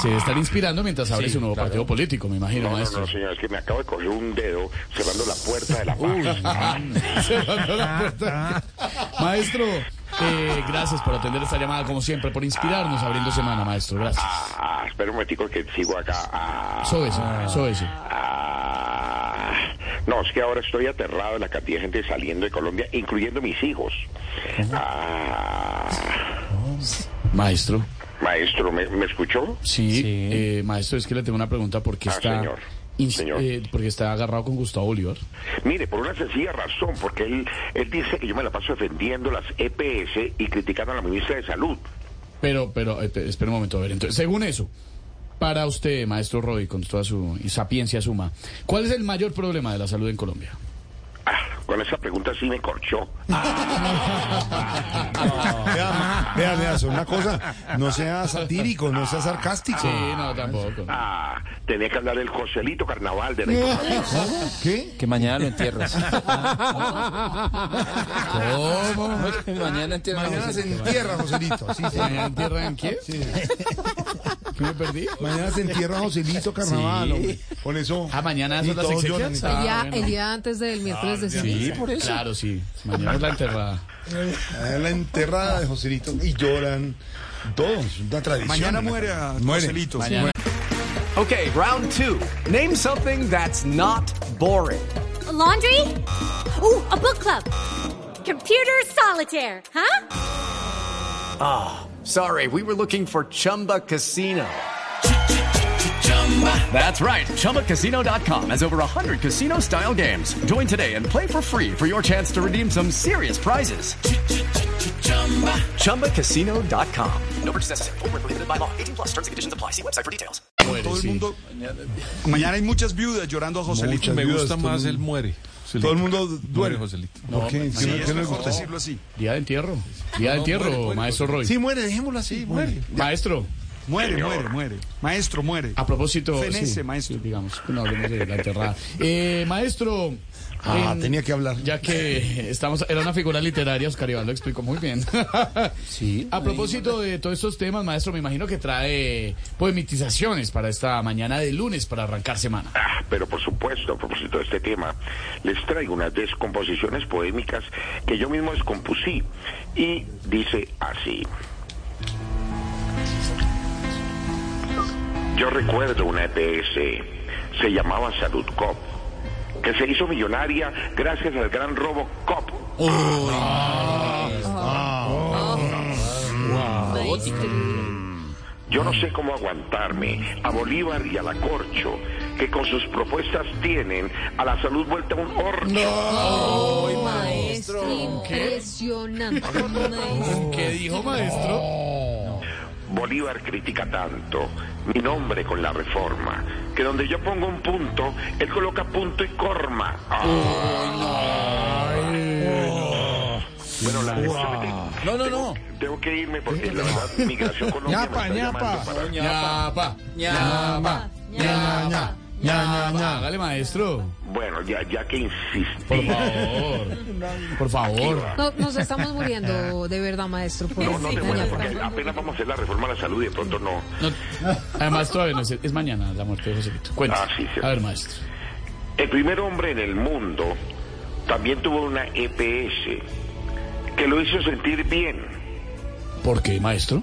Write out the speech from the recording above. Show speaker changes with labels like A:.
A: Se debe estar inspirando mientras abre su nuevo partido político, me imagino,
B: No, no,
A: maestro.
B: no, señor, es que me acabo de coger un dedo cerrando la puerta de la paz.
A: Cerrando la puerta. maestro, eh, gracias por atender esta llamada, como siempre, por inspirarnos abriendo semana, maestro. Gracias.
B: Ah, espera un momentico que sigo acá. Ah,
A: Eso eso, eso eso.
B: ah. No, es que ahora estoy aterrado de la cantidad de gente saliendo de Colombia, incluyendo mis hijos. Ah,
A: Maestro,
B: maestro, ¿me, me escuchó?
A: sí, eh, maestro, es que le tengo una pregunta. ¿Por qué
B: Ah,
A: está,
B: señor,
A: ins-
B: señor.
A: eh, porque está agarrado con Gustavo Bolívar?
B: Mire, por una sencilla razón, porque él, él dice que yo me la paso defendiendo las EPS y criticando a la ministra de Salud.
A: Pero, pero, eh, pe- espera un momento, a ver, entonces, según eso, para usted, maestro Roy, con toda su sapiencia suma, ¿cuál es el mayor problema de la salud en Colombia?
B: Ah, con esa pregunta sí me corchó.
C: Vea, vea, vea, es una cosa, no sea satírico, no sea sarcástico.
A: Sí, no, tampoco.
B: Ah, tenía que hablar del Joselito Carnaval de la
C: ¿Cómo? ¿Qué?
D: Que mañana lo entierras.
A: ¿Cómo?
D: Que mañana entierras. a
C: Mañana
D: José.
C: se entierra, Joselito. Sí, sí.
A: ¿Mañana entierran en qué? ¿Qué me perdí?
C: Mañana se entierra Joselito Carnaval. hombre. Por eso.
A: Ah, mañana
C: Y
A: son las
C: todos lloran.
A: exequias. Ah,
E: El día,
A: bueno.
E: el día antes del miércoles
B: Ah,
E: de
A: Sí,
E: ceniza.
A: por eso. Claro, sí. Mañana es la enterrada.
C: Ah, La enterrada de Joselito. Y lloran todos. Una tradición.
F: Mañana
C: Una
F: Ah, muere a
C: cosa. Muere.
F: Joselito.
A: Mañana.
G: Okay, round two. Name something that's not boring.
H: laundry? Ooh, a book club. Computer solitaire, huh?
G: Ah, Sorry, we were looking for Chumba Casino. That's right, ChumbaCasino.com has over 100 casino style games. Join today and play for free for your chance to redeem some serious prizes. ChumbaCasino.com.
I: No purchase necessary. Void were prohibited by law. 18 plus terms and conditions apply. See website for details.
A: Muere,
F: Todo el
A: sí.
F: mundo. Mañana hay muchas viudas llorando a Joselito.
C: Muchas
F: Me
C: viudas,
F: gusta
C: todo el
F: más
C: mundo-
F: el muere.
C: Todo el mundo duele.
F: Muere Joselito.
C: ¿Por qué? ¿Qué
F: Sí,
C: no-
F: es
C: qué no-
F: mejor decirlo así.
A: Día de entierro. Día de entierro,
F: muere, muere,
A: maestro Roy.
C: Sí, muere, dejémoslo así. muere.
A: Maestro,
F: Muere,
B: Señor.
F: muere, muere. Maestro, muere.
A: a propósito.
F: Fenece,
A: sí,
F: maestro.
A: sí, digamos, que no hablemos de la enterrada. Eh, maestro.
C: Ah,
A: en-
C: tenía que hablar.
A: Ya que estamos, era una figura literaria, Oscar Iván lo explicó muy bien.
D: Sí.
A: A propósito de todos estos temas, maestro, me imagino que trae poemitizaciones para esta mañana de lunes para arrancar semana.
B: Ah, pero por supuesto, a propósito de este tema, les traigo unas descomposiciones poémicas que yo mismo descompusí y dice así. Yo recuerdo una EPS, se llamaba Salud Cop, que se hizo millonaria gracias al gran robo Cop. Ah, Yo no sé cómo aguantarme a Bolívar y a la Corcho, que con sus propuestas tienen a la salud vuelta un horno. Oh,
E: Maestro, impresionante. Maestro.
A: ¿Qué dijo, maestro?
B: Bolívar critica tanto mi nombre con la reforma, que donde yo pongo un punto, él coloca punto y corma. Ah.
A: Mm. Oh.
B: Bueno, la
D: No, no, no.
B: tengo que irme porque la verdad migración Colombia me está llamando
A: Ñapa,
B: para-
A: ñapa,
D: ñapa,
A: ña, ña, ña, ña. Hágale, maestro.
B: Bueno, ya, ya que
A: Por
B: insistí.
A: favor. Por favor.
E: No, nos estamos muriendo de verdad, maestro. Por
B: No, no te mueras
E: dañar.
B: porque apenas vamos a hacer la reforma a la salud y de pronto no.
A: No, además, todavía no es, es mañana la muerte de Joselito. Cuenta.
B: Ah, sí, cierto.
A: A ver, maestro.
B: El primer hombre en el mundo también tuvo una E EPS que lo hizo sentir bien.
A: ¿Por qué, maestro?